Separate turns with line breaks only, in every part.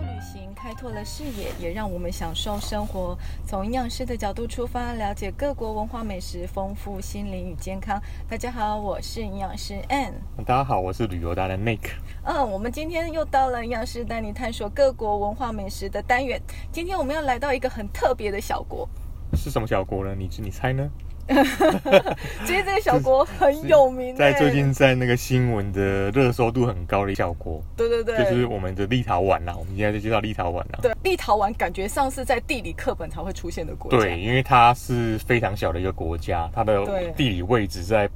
旅行开拓了视野，也让我们享受生活。从营养师的角度出发，了解各国文化美食，丰富心灵与健康。大家好，我是营养师 Ann。
大家好，我是旅游达人 Nick。
嗯，我们今天又到了营养师带你探索各国文化美食的单元。今天我们要来到一个很特别的小 国，
是什么小国呢？你你猜呢？
其实这个小国很有名、
在
欸
最近在那个新闻的热搜度很高的一小国，
对对对，
就是我们的立陶宛啊啦。我们今天就介绍立陶宛啊啦。
对立陶宛，感觉上是在地理课本才会出现的国家。
对，因为它是非常小的一个国家，它
对
的地理位置在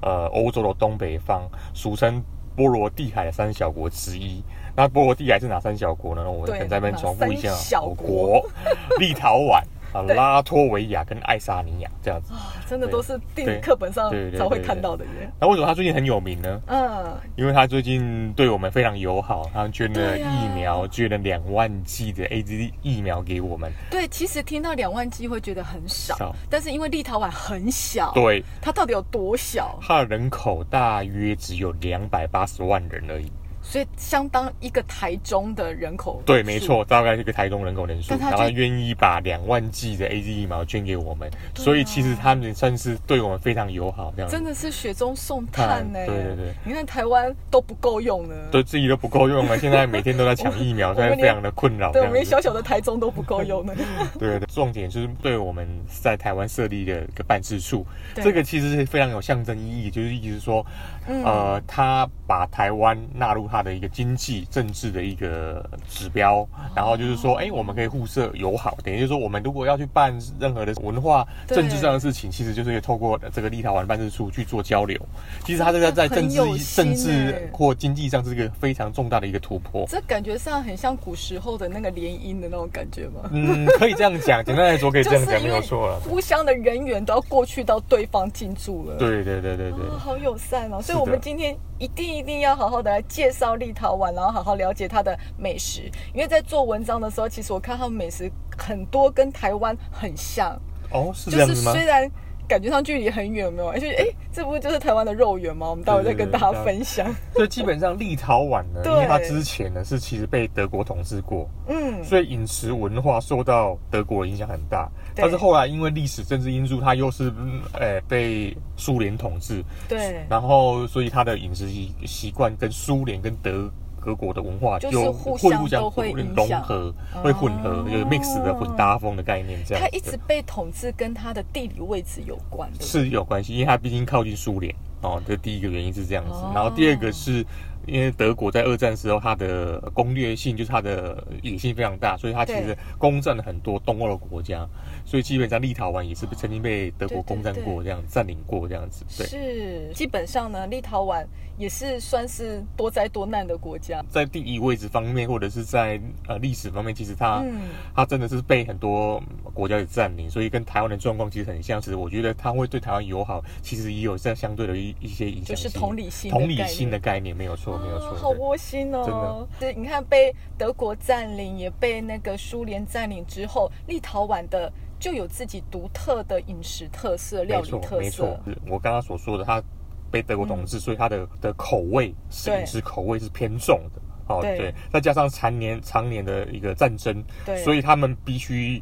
呃欧洲的东北方，俗称波罗的海的三小国之一。那波罗的海是哪三小国呢？我
对
跟在这边重复一下
哪三：小
我
国
国、 立陶宛、 啊拉脱维亚跟爱沙尼亚这样子。
啊，真的都是地理
对
课本上
对对对
才会
对
看到的耶。
那为什么它最近很有名呢？
嗯，
因为他最近对我们非常友好，他捐了
对啊
疫苗，捐了两万剂的 A Z D 疫苗给我们。
对，其实听到两万剂会觉得很少，
少
但是因为立陶宛很小，
对，
它到底有多小？
他的人口大约只有两百八十万人而已。
所以相当一个台中的人口。
对，没。错，大概是一个台中人口人数，
但他
然后
就
他愿意把两万剂的 A Z 疫苗捐给我们，
对啊
所以其实他们算是对我们非常友好，这样子
真的是雪中送炭呢、
看对对对，
你看台湾都不够用呢。
对自己都不够用了，现在每天都在抢疫苗，
我们
现在非常的困扰。
对，
这
我们
样子。
连小小的台中都不够用 呢。
对对，重点就是对我们在台湾设立的一个办事处，
对
这个其实是非常有象征意义，就是意思是说，
嗯
呃，他把台湾纳入他的一个经济政治的一个指标，然后就是
哦
说，哎、我们可以互设友好，等于就是说，我们如果要去办任何的文化
对
政治上的事情，其实就是透过这个立陶宛办事处去做交流。其实他这个在政治
很有
意、
心
政
欸
治或经济上是一个非常重大的一个突破。
这感觉上很像古时候的那个联姻的那种感觉吗？
嗯，可以这样讲，简单来说可以这样
就是
讲，
因
没
为
有错啊了。
互相的人员都要过去到对方进驻了。。
对对对对对。
哦，好友善哦！所以
是的
我们今天一定一定要好好的来介绍立陶宛，然后好好了解它的美食。因为在做文章的时候，其实我看他们美食很多跟台湾很像，
哦，是这
就
样
是
子吗？
虽然感觉上距离很远，有没有，而且哎，这不就是台湾的肉圆吗？我们待会再跟大家分享。
所以基本上立陶宛呢，
对
因为它之前呢是其实被德国统治过，
嗯，
所以饮食文化受到德国影响很大。
对
但是后来因为历史政治因素，它又是嗯呃被苏联统治，
对，
然后所以它的饮食习习惯跟苏联跟德。德国的文化
就是
又
互
会
相
互
都
相
会影
融
响
合，会混合
哦，
有 mix 的混搭风的概念，这样
它
子
一直被统治跟它的地理位置有关，对不对
是有关系，因为它毕竟靠近苏联哦，这第一个原因是这样子。
哦
然后第二个是因为德国在二战时候它的攻略性就是它的野心非常大，所以它其
对
实攻占了很多东欧的国家，所以基本上立陶宛也是曾经被
对
德
对
国攻占过这样占领过这样子。对，
是，基本上呢，立陶宛也是算是多灾多难的国家。
在地理位置方面或者是在呃历史方面，其实它、
嗯，
它真的是被很多国家给占领，所以跟台湾的状况其实很相似。我觉得它会对台湾友好，其实也有这样相对的一一些影响
就
性，
是同理心的
同理
概
心
念
的概念，没有错，没有
啊
错。
好
对
窝心哦！对，你看被德国占领，也被那个苏联占领之后，立陶宛的就有自己独特的饮食特色、料
没
理
错，
特
没
色嗯
错。。我刚刚所说的，它被德国统治，所以它的的口味是
对
饮食口味是偏重的。哦，
对
对，再加上常年常年的一个战争，
对
所以他们必须。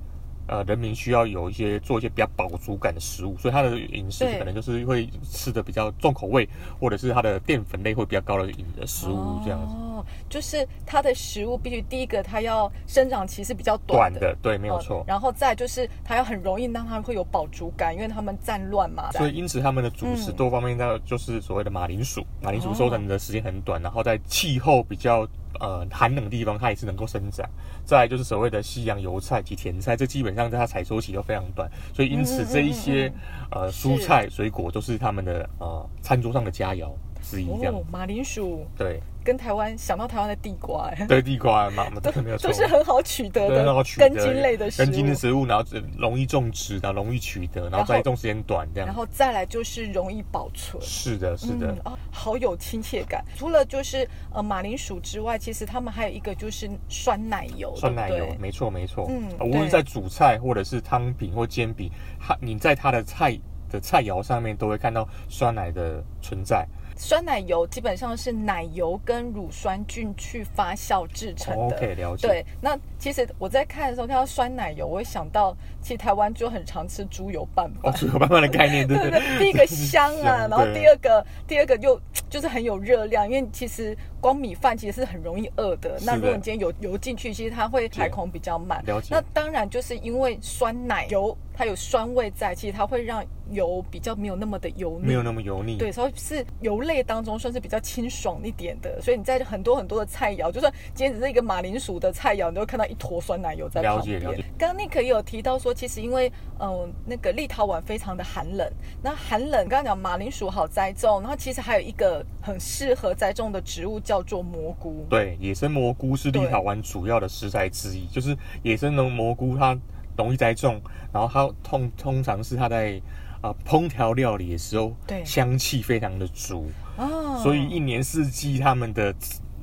呃，人民需要有一些做一些比较饱足感的食物，所以它的饮食
对
可能就是会吃的比较重口味，或者是它的淀粉类会比较高的饮的食物这样子。
哦，就是它的食物必须第一个它要生长期是比较短
短
的，
的，对，没有
哦
错。
然后再就是它要很容易让它会有饱足感，因为他们战乱嘛。
所以因此他们的主食
嗯
多方面呢，就是所谓的马铃薯，马铃
哦
薯收成的时间很短，然后在气候比较呃寒冷的地方，它也是能够生长。再来就是所谓的西洋油菜及甜菜，这基本上在它采收期都非常短，所以因
嗯
此
嗯
这一
嗯
些、
嗯
呃
是
蔬菜水果都是他们的呃餐桌上的佳肴之一，这样、
哦，马铃薯
对
跟台湾想到台湾的地瓜、哎，
对地瓜嘛，这个没有错
都。是很好取得
对
的
然后取得
根茎类的食物。
根茎的食物，然后呃容易种植，然后容易取得，然
然
后栽
后
种时间短，这
然
样。
后再来就是容易保存。
是的，是的。
嗯哦，好有亲切感。除了就是呃马铃薯之外，其实他们还有一个就是酸奶油，
酸奶
对
油
不，对
没错没错。
嗯
无论
对
在主菜或者是汤品或煎饼，它你在它的菜的菜肴上面都会看到酸奶的存在。
酸奶油基本上是奶油跟乳酸菌去发酵制成的。
哦 OK，了解。
对，那其实我在看的时候看到酸奶油，我会想到，其实台湾就很常吃猪油拌
哦，
饭。
所以有慢慢的概念，对不
对
对？
对， 第一个香啊，
香
然后
对
第二个，第二个又就是很有热量，因为其实光米饭其实是很容易饿的。
是的
那如果你今天有油进去，其实它会排空比较慢。
了解
那当然就是因为酸奶油它有酸味在，其实它会让油比较没有那么的油腻。
没有那么油腻。
对，所以是油类当中算是比较清爽一点的，所以你在很多很多的菜肴，就算今天只是一个马铃薯的菜肴，你都会看到一坨酸奶油在
了
旁
解
边。
了解
刚刚 Nick 也有提到说，其实因为嗯、呃那个立陶宛非常的寒冷，那寒冷刚刚讲马铃薯好栽种，然后其实还有一个很适合栽种的植物叫做蘑菇。
对，野生蘑菇是立
对
陶宛主要的食材之一，就是野生的蘑菇它容易栽种，然后它通通常是它在啊、烹调料理的时候，
对
香气非常的足，
哦
所以一年四季他们的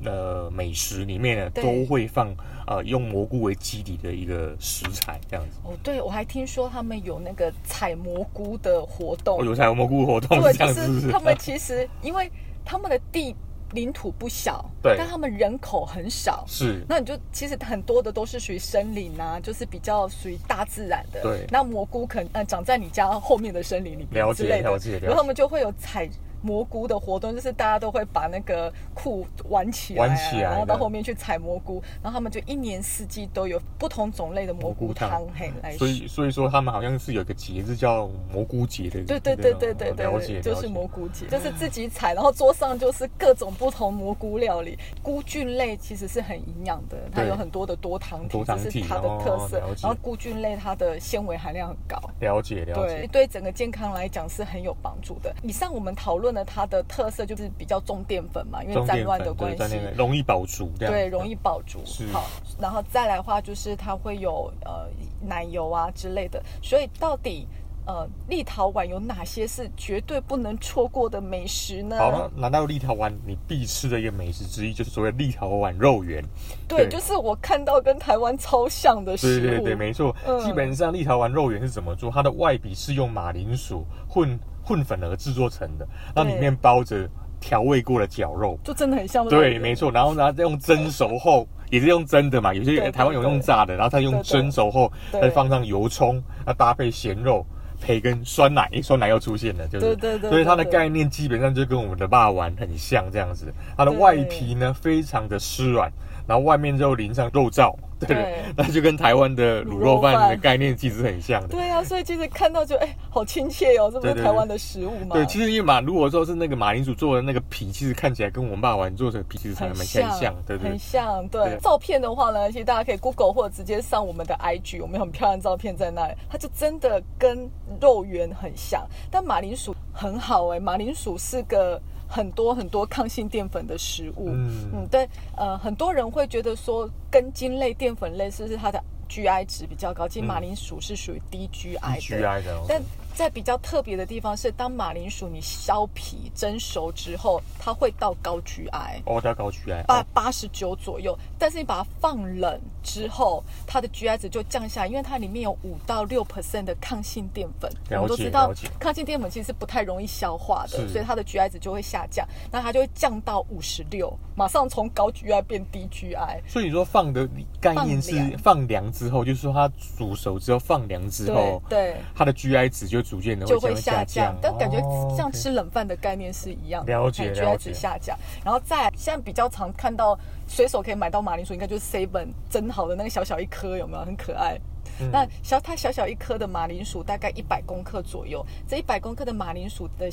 呃美食里面呢
对
都会放呃用蘑菇为基底的一个食材这样子。
哦，对，我还听说他们有那个采蘑菇的活动。
哦，有采蘑菇活 动
对，
这
就
样子是不
是
是？
他们其实因为他们的地领土不小，
对
但他们人口很少。
是
那你就其实很多的都是属于森林啊，就是比较属于大自然的。
对
那蘑菇可能呃长在你家后面的森林里
了
面
解
之类的，
了解了解
然后他们就会有采蘑菇的活动，就是大家都会把那个库玩起来啊，
玩起来
然后到
的
后面去采蘑菇，然后他们就一年四季都有不同种类的蘑
蘑菇
菇
汤
汤，嘿，来
所以所以说他们好像是有一个节日叫蘑菇节的，
对对对对对对，
哦了解
就是
了解
蘑菇节，就是自己采，然后桌上就是各种不同蘑菇料理。菇菌类其实是很营养的，它
对
有很多的多糖体，
多糖
这
体
是它的特色。
哦了解
然后菇菌类它的纤维含量很高。
了解了
对，
解，
对整个健康来讲是很有帮助的。以上我们讨论的它的特色就是比较重淀粉嘛，因为
中
战
淀
乱
粉
的关
对中
系
淀，粉容易饱足这样子，
对，容易爆竹
是。
好，然后再来的话就是它会有呃奶油啊之类的，所以到底呃立陶宛有哪些是绝对不能错过的美食呢？
好，那拿到立陶宛，你必吃的一个美食之一就是所谓立陶宛肉圆。
对，
对
就是我看到跟台湾超像的食
对
物。
对对，没错。
嗯
基本上立陶宛肉圆是怎么做？它的外皮是用马铃薯混混粉而制作成的，那里面包着调味过的绞肉。
就真的很像肉
对，
圆
没错。然后呢，再用蒸熟后，也是用蒸的嘛。有
对
些
对
台湾有用炸的，然后它用
对对
蒸熟后，
对
再放上油葱，那搭配咸肉。培根、酸奶，诶酸奶又出现了，就是，
对对对
所以它的
对对
概念基本上就跟我们的霸丸很像这样子。它的外皮呢非常的湿软，然后外面就淋上肉燥， 对不
对
对，那就跟台湾的卤肉
卤肉
饭的
饭
概念其实很像的。
对啊，所以其实看到就哎、好亲切哦，这不是
对对对
台湾的食物吗？
对，其实因为马，如果说是那个马铃薯做的那个皮，其实看起来跟我们霸王做的皮其实还蛮像，对不对
很？像。对
对
照片的话呢，其实大家可以 Google 或者直接上我们的 IG，我们有很漂亮的照片在那里，它就真的跟肉圆很像。但马铃薯很好哎、马铃薯是个很多很多抗性淀粉的食物。嗯
嗯，
对，呃，很多人会觉得说根茎类、淀粉类是不是它的 GI 值比较高？其实
嗯
马铃薯是属于低 GI 的。
，GI 的，哦
但在比较特别的地方是，当马铃薯你削皮蒸熟之后，它会到高 GI。
哦，它高 GI，
八
哦
八十九左右，但是你把它放冷之后，它的 GI 值就降下来，因为它里面有五到六 percent 的抗性淀粉。我们都知道
了解，
抗性淀粉其实是不太容易消化的，
是
所以它的 GI 值就会下降，那它就会降到五十六，马上从高 GI 变低 GI。
所以你说放的概念
放
是
凉
放凉之后，就是说它煮熟之后放凉之
对
后，
对，
它的 GI 值就逐渐的
就
会
会
这样
下降
降，，
但感觉
哦
像
OK
吃冷饭的概念是一样的，
了解
感觉
了
值
解
下降。然后再来现在比较常看到随手可以买到马铃薯，应该就是 seven 蒸好的那个小小一颗，有没有很可爱？
嗯
那小它小小一颗的马铃薯大概一百公克左右，这一百公克的马铃薯的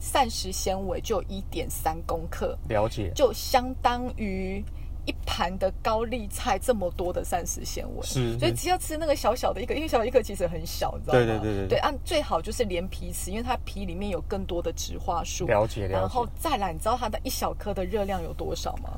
膳食纤维就有一点三公克，
了解，
就相当于一盘的高丽菜这么多的膳食纤维。
是
所以只要吃那个小小的一颗，因为小小一颗其实很小，你知道吗？
对对对对对
对，按、啊最好就是连皮吃，因为它皮里面有更多的植化素。
了解了解。
然后再来，你知道它的一小颗的热量有多少吗？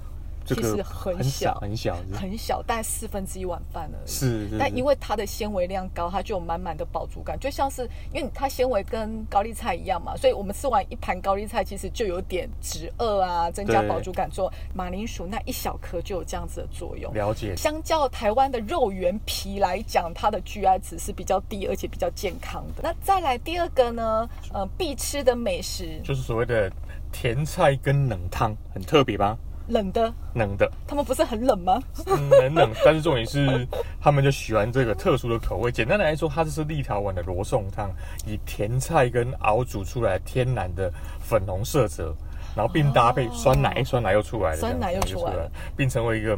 这
其
个
实很
小
小
很小，是
很小，大概四分之一碗饭而已。
是，是
但因
为
为它的纤维量高，它就有满满的饱足感，就像是因为它纤维跟高丽菜一样嘛，所以我们吃完一盘高丽菜，其实就有点止饿啊，增加
对
饱足感作用。马铃薯那一小颗就有这样子的作用。
了解
相较台湾的肉圆皮来讲，它的 GI 值是比较低，而且比较健康的。那再来第二个呢，呃，必吃的美食，
就是所谓的甜菜跟冷汤，很特别吧？
冷的，
冷的，
他们不是很冷吗？
嗯很冷，但是重点是他们就喜欢这个特殊的口味。简单来说，它就是立陶宛的罗宋汤，以甜菜跟熬煮出来天然的粉红色泽，然后并搭配酸奶，
哦
酸奶又出来了，
酸奶
这样子
又出来了，
并成为一个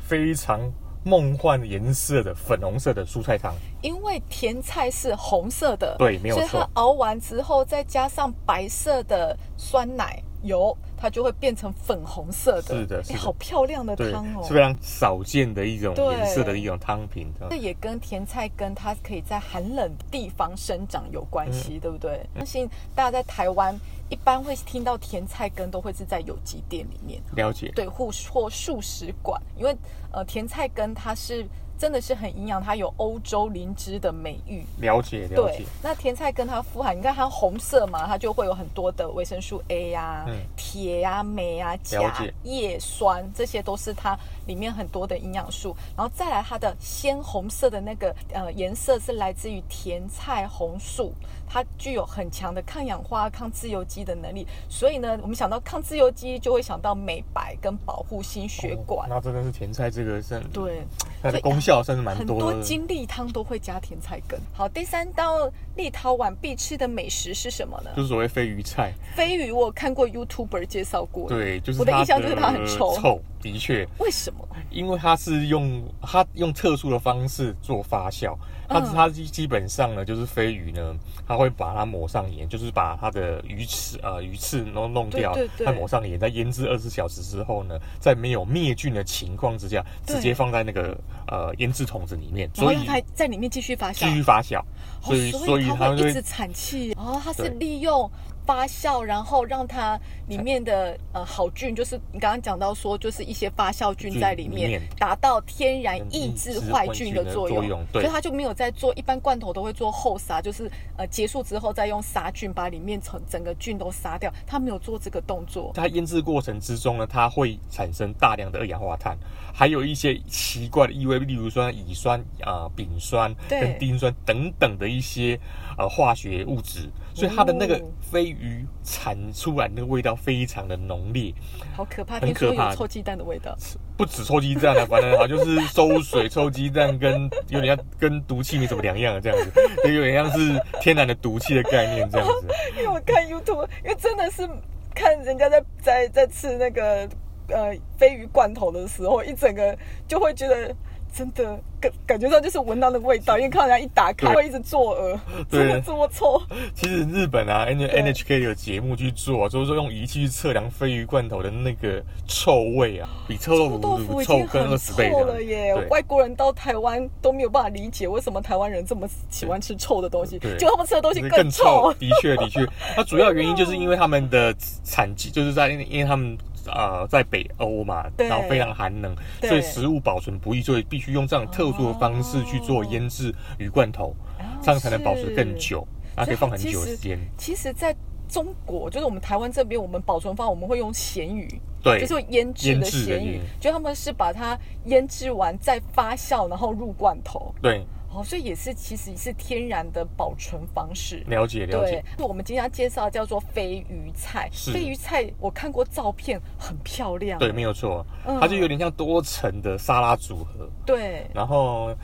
非常梦幻颜色的粉红色的蔬菜汤。
因为甜菜是红色的，
对没有
所以它
错
熬完之后再加上白色的酸奶油，它就会变成粉红色的，
是的
哎
是的
好漂亮的
对
汤，哦
是。非常少见的一种
对
颜色的一种汤品。这样
这也跟甜菜根它可以在寒冷地方生长有关
嗯
系，对不对？相信大家在台湾一般会听到甜菜根，都会是在有机店里面，
了解，
对，或或素食馆，因为呃甜菜根它是真的是很营养，它有欧洲灵芝的美誉。
了解，了
对
解。，
那甜菜根它富含，你看它红色嘛，它就会有很多的维生素 A 呀、
嗯
铁呀、镁呀、
了
钾啊
解、
叶酸，这些都是它里面很多的营养素。然后再来它的鲜红色的那个呃颜色是来自于甜菜红素，它具有很强的抗氧化、抗自由基的能力。所以呢，我们想到抗自由基，就会想到美白跟保护心血管。
哦那真的是甜菜这个是，
对，
它的
所以
功效算是蛮
很
多
多
的。
精力汤都会加甜菜根。好，第三道立陶宛必吃的美食是什么呢？
就是所谓飞鱼菜，
飞鱼，我有看过 YouTuber 介绍过。，
对，就是
我的
它呃
印象就是它很臭
臭，的确，
为什么？
因为它是用它用特殊的方式做发酵，它
嗯
它基基本上呢，就是飞鱼呢，它会把它抹上盐，就是把它的鱼翅呃鱼刺弄弄
对
掉
对，对
它抹上盐，在腌制二十小时之后呢，在没有灭菌的情况之下，
对
直接放在那个呃腌制桶子里面，
然后
所以
让它在里面继续发
继续
酵，
发酵，
哦
所以
所以它
它就
会一
会
直产气。哦，它是
对
利用发酵，然后让它里面的呃好菌，就是你刚刚讲到说，就是一些发酵菌
菌
在里
里
面
面，
达到天然
嗯
抑
抑
制
制
坏
坏
菌
菌
的
的
作
作
用
用。
所
对
以它就没有在做，一般罐头都会做后杀，就是呃结束之后再用杀菌把里面整整个菌都杀掉，它没有做这个动作。
它腌制过程之中呢，它会产生大量的二氧化碳，还有一些奇怪的异味，例如说乙酸、啊、丙酸
对
跟丁酸等等的一些呃化学物质，所以它的那个
哦
飞鱼产出来那个味道非常的浓烈，
好可怕！
很
听说
可怕
有臭鸡蛋的味道，
不止臭鸡蛋啊，反正好像就是馊水、臭鸡蛋跟有点像跟毒气没什么两样的这样子，就有点像是天然的毒气的概念这样子。
因为我看 YouTube，因为真的是看人家在在在吃那个呃鲱鱼罐头的时候，一整个就会觉得真的感感觉到就是闻到那个味道，因为看到人家一打开
对
会一直作呕，
对
真的这么臭。
其实日本啊，N
对
N H K 有节目去做，就是说用仪器去测量鲱鱼罐头的那个臭味啊，比臭豆
臭豆腐
腐
已
臭
经
跟
很
二十倍
臭
这
了
样
耶！
对
外国人到台湾都没有办法理解为什么台湾人这么喜欢吃臭的东西，
对
结果他们吃的东西
就是
更臭。啊
的确的 确，它主要原因就是因为他们的产季就是在因为他们呃在北欧嘛，
对
然后非常寒冷，
对
所以食物保存不易，所以必须用这样特殊的方式去做腌制鱼罐头，
啊
这样才能保持更
是
久，啊然后可以放很久的时间。
其实，在中国，就是我们台湾这边，我们保存方我们会用咸鱼，
对，
就是腌制
腌
的
制的
咸鱼
腌，
就他们是把它腌制完再发酵，然后入罐头。
对，
哦，所以也是其实是天然的保存方式。
了解了
对
解，，
我们今天要介绍叫做飞鱼菜。
是
飞鱼菜，我看过照片，很漂亮。
对，没有错，
嗯
它就有点像多层的沙拉组合。
对，
然后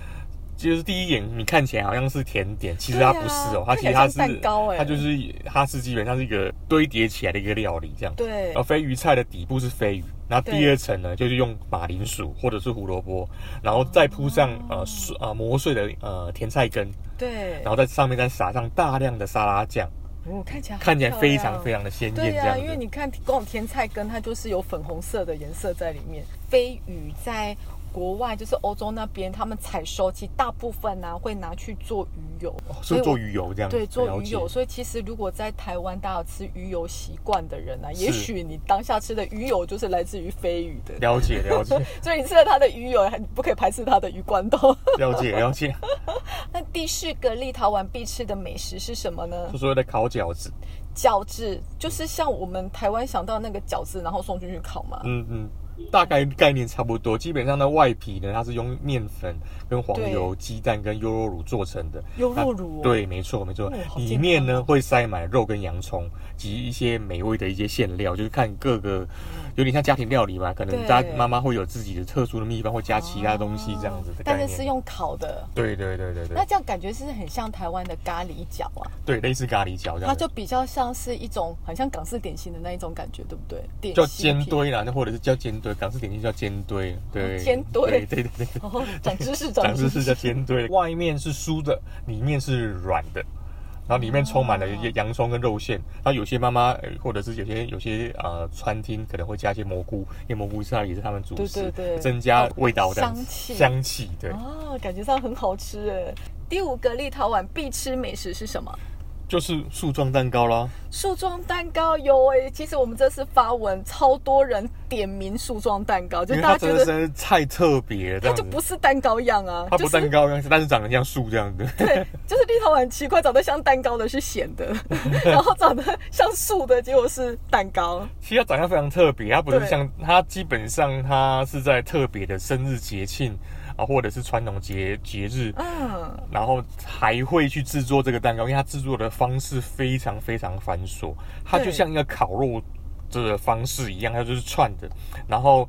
就是第一眼你看起来好像是甜点，其实它
对啊
不是哦，
看
它
起来
其实它
像
是
蛋糕欸
它就是它是基本上是一个堆叠起来的一个料理这样。
对
然后飞鱼菜的底部是飞鱼，然后
对
第二层呢就是用马铃薯或者是胡萝卜，然后再铺上
哦
呃碎呃磨碎的呃甜菜根，
对
然，后在上面再撒上大量的沙拉酱，
哦看起来很
看起来非
漂亮
常非常的鲜
对
艳这
呀、
样
因为
子。
你看光有甜菜根，它就是有粉红色的颜色在里面。飞鱼在国外就是欧洲那边，他们采收其实大部分呢、啊会拿去做鱼油，
哦
所以
是
我
做鱼油这样，
对做
了
鱼
解
油。所以其实如果在台湾大家有吃鱼油习惯的人呢、啊，也
是
许你当下吃的鱼油就是来自于飞鱼的，
了解了解
所以你吃了它的鱼油，还不可以排斥它的鱼罐头。
了解了解，
那第四个立陶宛必吃的美食是什么呢
就？所谓的烤饺子，
饺子，就是像我们台湾想到那个饺子，然后送进去烤嘛。
嗯嗯，大概概念差不多。基本上呢，外皮呢，它是用面粉、跟黄
对
油、鸡蛋跟优酪乳做成的。
优酪乳、哦，
对，没错没错
哦，好
里
健
面
康
呢会塞满肉跟洋葱及一些美味的一些馅料，就是看各个有点像家庭料理吧，可能
嗯对
大家妈妈会有自己的特殊的秘方，会加啊其他东西这样子的
哦
概
但
念。
是是用烤的。
对对对对
那
对，
这样感觉是很像台湾的咖喱饺啊，
对类似咖喱饺这
它
样子
就，比较像是一种很像港式点心的那一种感觉，对不对？点
叫
心
煎
品。
堆啦，或者是叫煎堆，港式点心叫煎堆，对，
煎堆
对对对对对，
哦， 长知识，
长
长
知
知
识
识。
叫煎堆，外面是酥的，里面是软的。然后里面充满了
哦
一些洋葱跟肉馅，然后有些妈妈呃或者是有些有些呃餐厅可能会加一些蘑菇，因为蘑菇是也是他们主食，
对对对
增加味道这样子
香气
香气对，
哦，感觉上很好吃哎。第五个立陶宛必吃美食是什么？
就是树状蛋糕啦，
树状蛋糕有哎、其实我们这次发文超多人点名树状蛋糕，就
因为
大
它
家觉
真的
得
是太特别了，这
它
样
就
子，
不是蛋糕样啊，
它
就
不
是
蛋糕样子，但是长得像树这样子，
对，就是立陶宛很奇怪，长得像蛋糕的是咸 的，然后长得像树的结果是蛋糕。
其实它长相非常特别，它不是
对
像它基本上它是在特别的生日节庆啊，或者是传统节节日，
嗯，
然后还会去制作这个蛋糕，因为它制作的方式非常非常繁琐，它
对
就像一个烤肉的方式一样，它就是串的，然后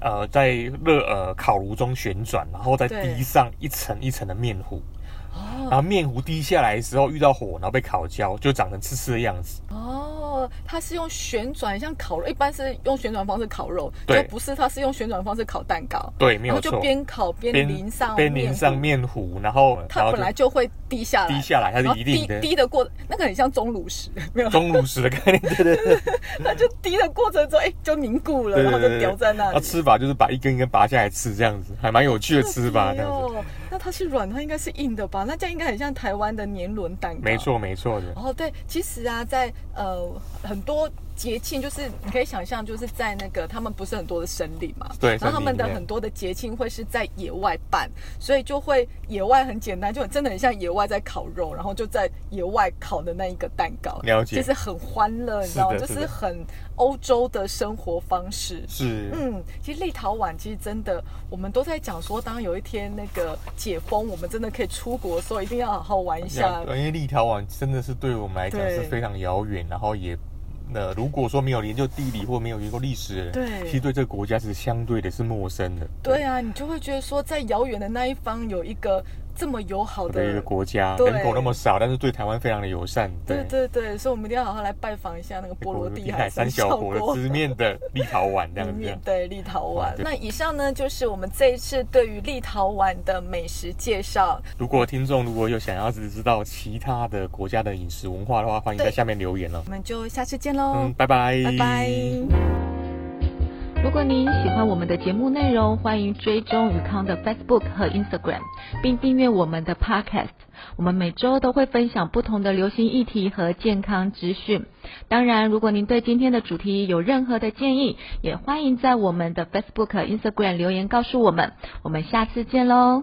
呃在热呃烤炉中旋转，然后再
对
滴上一层一层的面糊，然
哦
后面糊滴下来的时候遇到火，然后被烤焦，就长成刺刺的样子。
哦，它是用旋转，像烤肉，一般是用旋转方式烤肉，
对
就不是，它是用旋转方式烤蛋糕，
对，
然
没有
后就
错。
边烤边
边
淋上
边
面
淋
糊
上，面糊，然后然
它
后
本来
就
就会滴下来，
滴下来，它
然后
是一定
滴
的
滴的过，那个很像钟乳石， 没有，
钟乳石的概念，对对对
它就滴的过程中，哎、就凝固了，
对
然后
对
就
对。
掉在那
它
里。
吃法就是把一根一根拔下来吃，这样子还蛮有趣的吃 法，这样子。
哦，那它是软，它应该是硬的吧？那这样应该很像台湾的年轮蛋糕。
没。错没错的，
哦，对，其实啊，在呃很多节庆，就是你可以想象，就是在那个他们不是很多的森林嘛，
对
然后他
森林
们的
里面
很多的节庆会是在野外办，所以就会野外很简单，就很真的很像野外在烤肉，然后就在野外烤的那一个蛋糕，
了解
其实很欢乐，你知
是
道吗？
的
就是是
的
很欧洲的生活方式。
是
嗯，其实立陶宛其实真的，我们都在讲说，当有一天那个解封，我们真的可以出国的时候，一定要好好玩一下
两。因为立陶宛真的是对我们来讲
对
是非常遥远，然后也。那如果说没有研究地理或没有研究历史的人，
对
其实对这个国家是相对的是陌生的，
对啊，你就会觉得说，在遥远的那一方有一个这么友好
对一个
的。
国家
对
人口那么少，但是对台湾非常的友善，
对对对，所以我们一定要好好来拜访一下那个波罗的海
三小国的直面 的立陶宛这
里
样子
面，对立陶宛
哦。对
那以上呢，就是我们这一次对于立陶宛的美食介绍。
如果听众如果有想要知知道其他的国家的饮食文化的话，欢迎在
对
下面留言哦。
我们就下次见喽，
嗯，拜拜，
拜拜。
如果您喜欢我们的节目内容，欢迎追踪宇康的 Facebook 和 Instagram，并订阅我们的 Podcast。我们每周都会分享不同的流行议题和健康资讯。当然，如果您对今天的主题有任何的建议，也欢迎在我们的 Facebook、Instagram 留言告诉我们。我们下次见喽！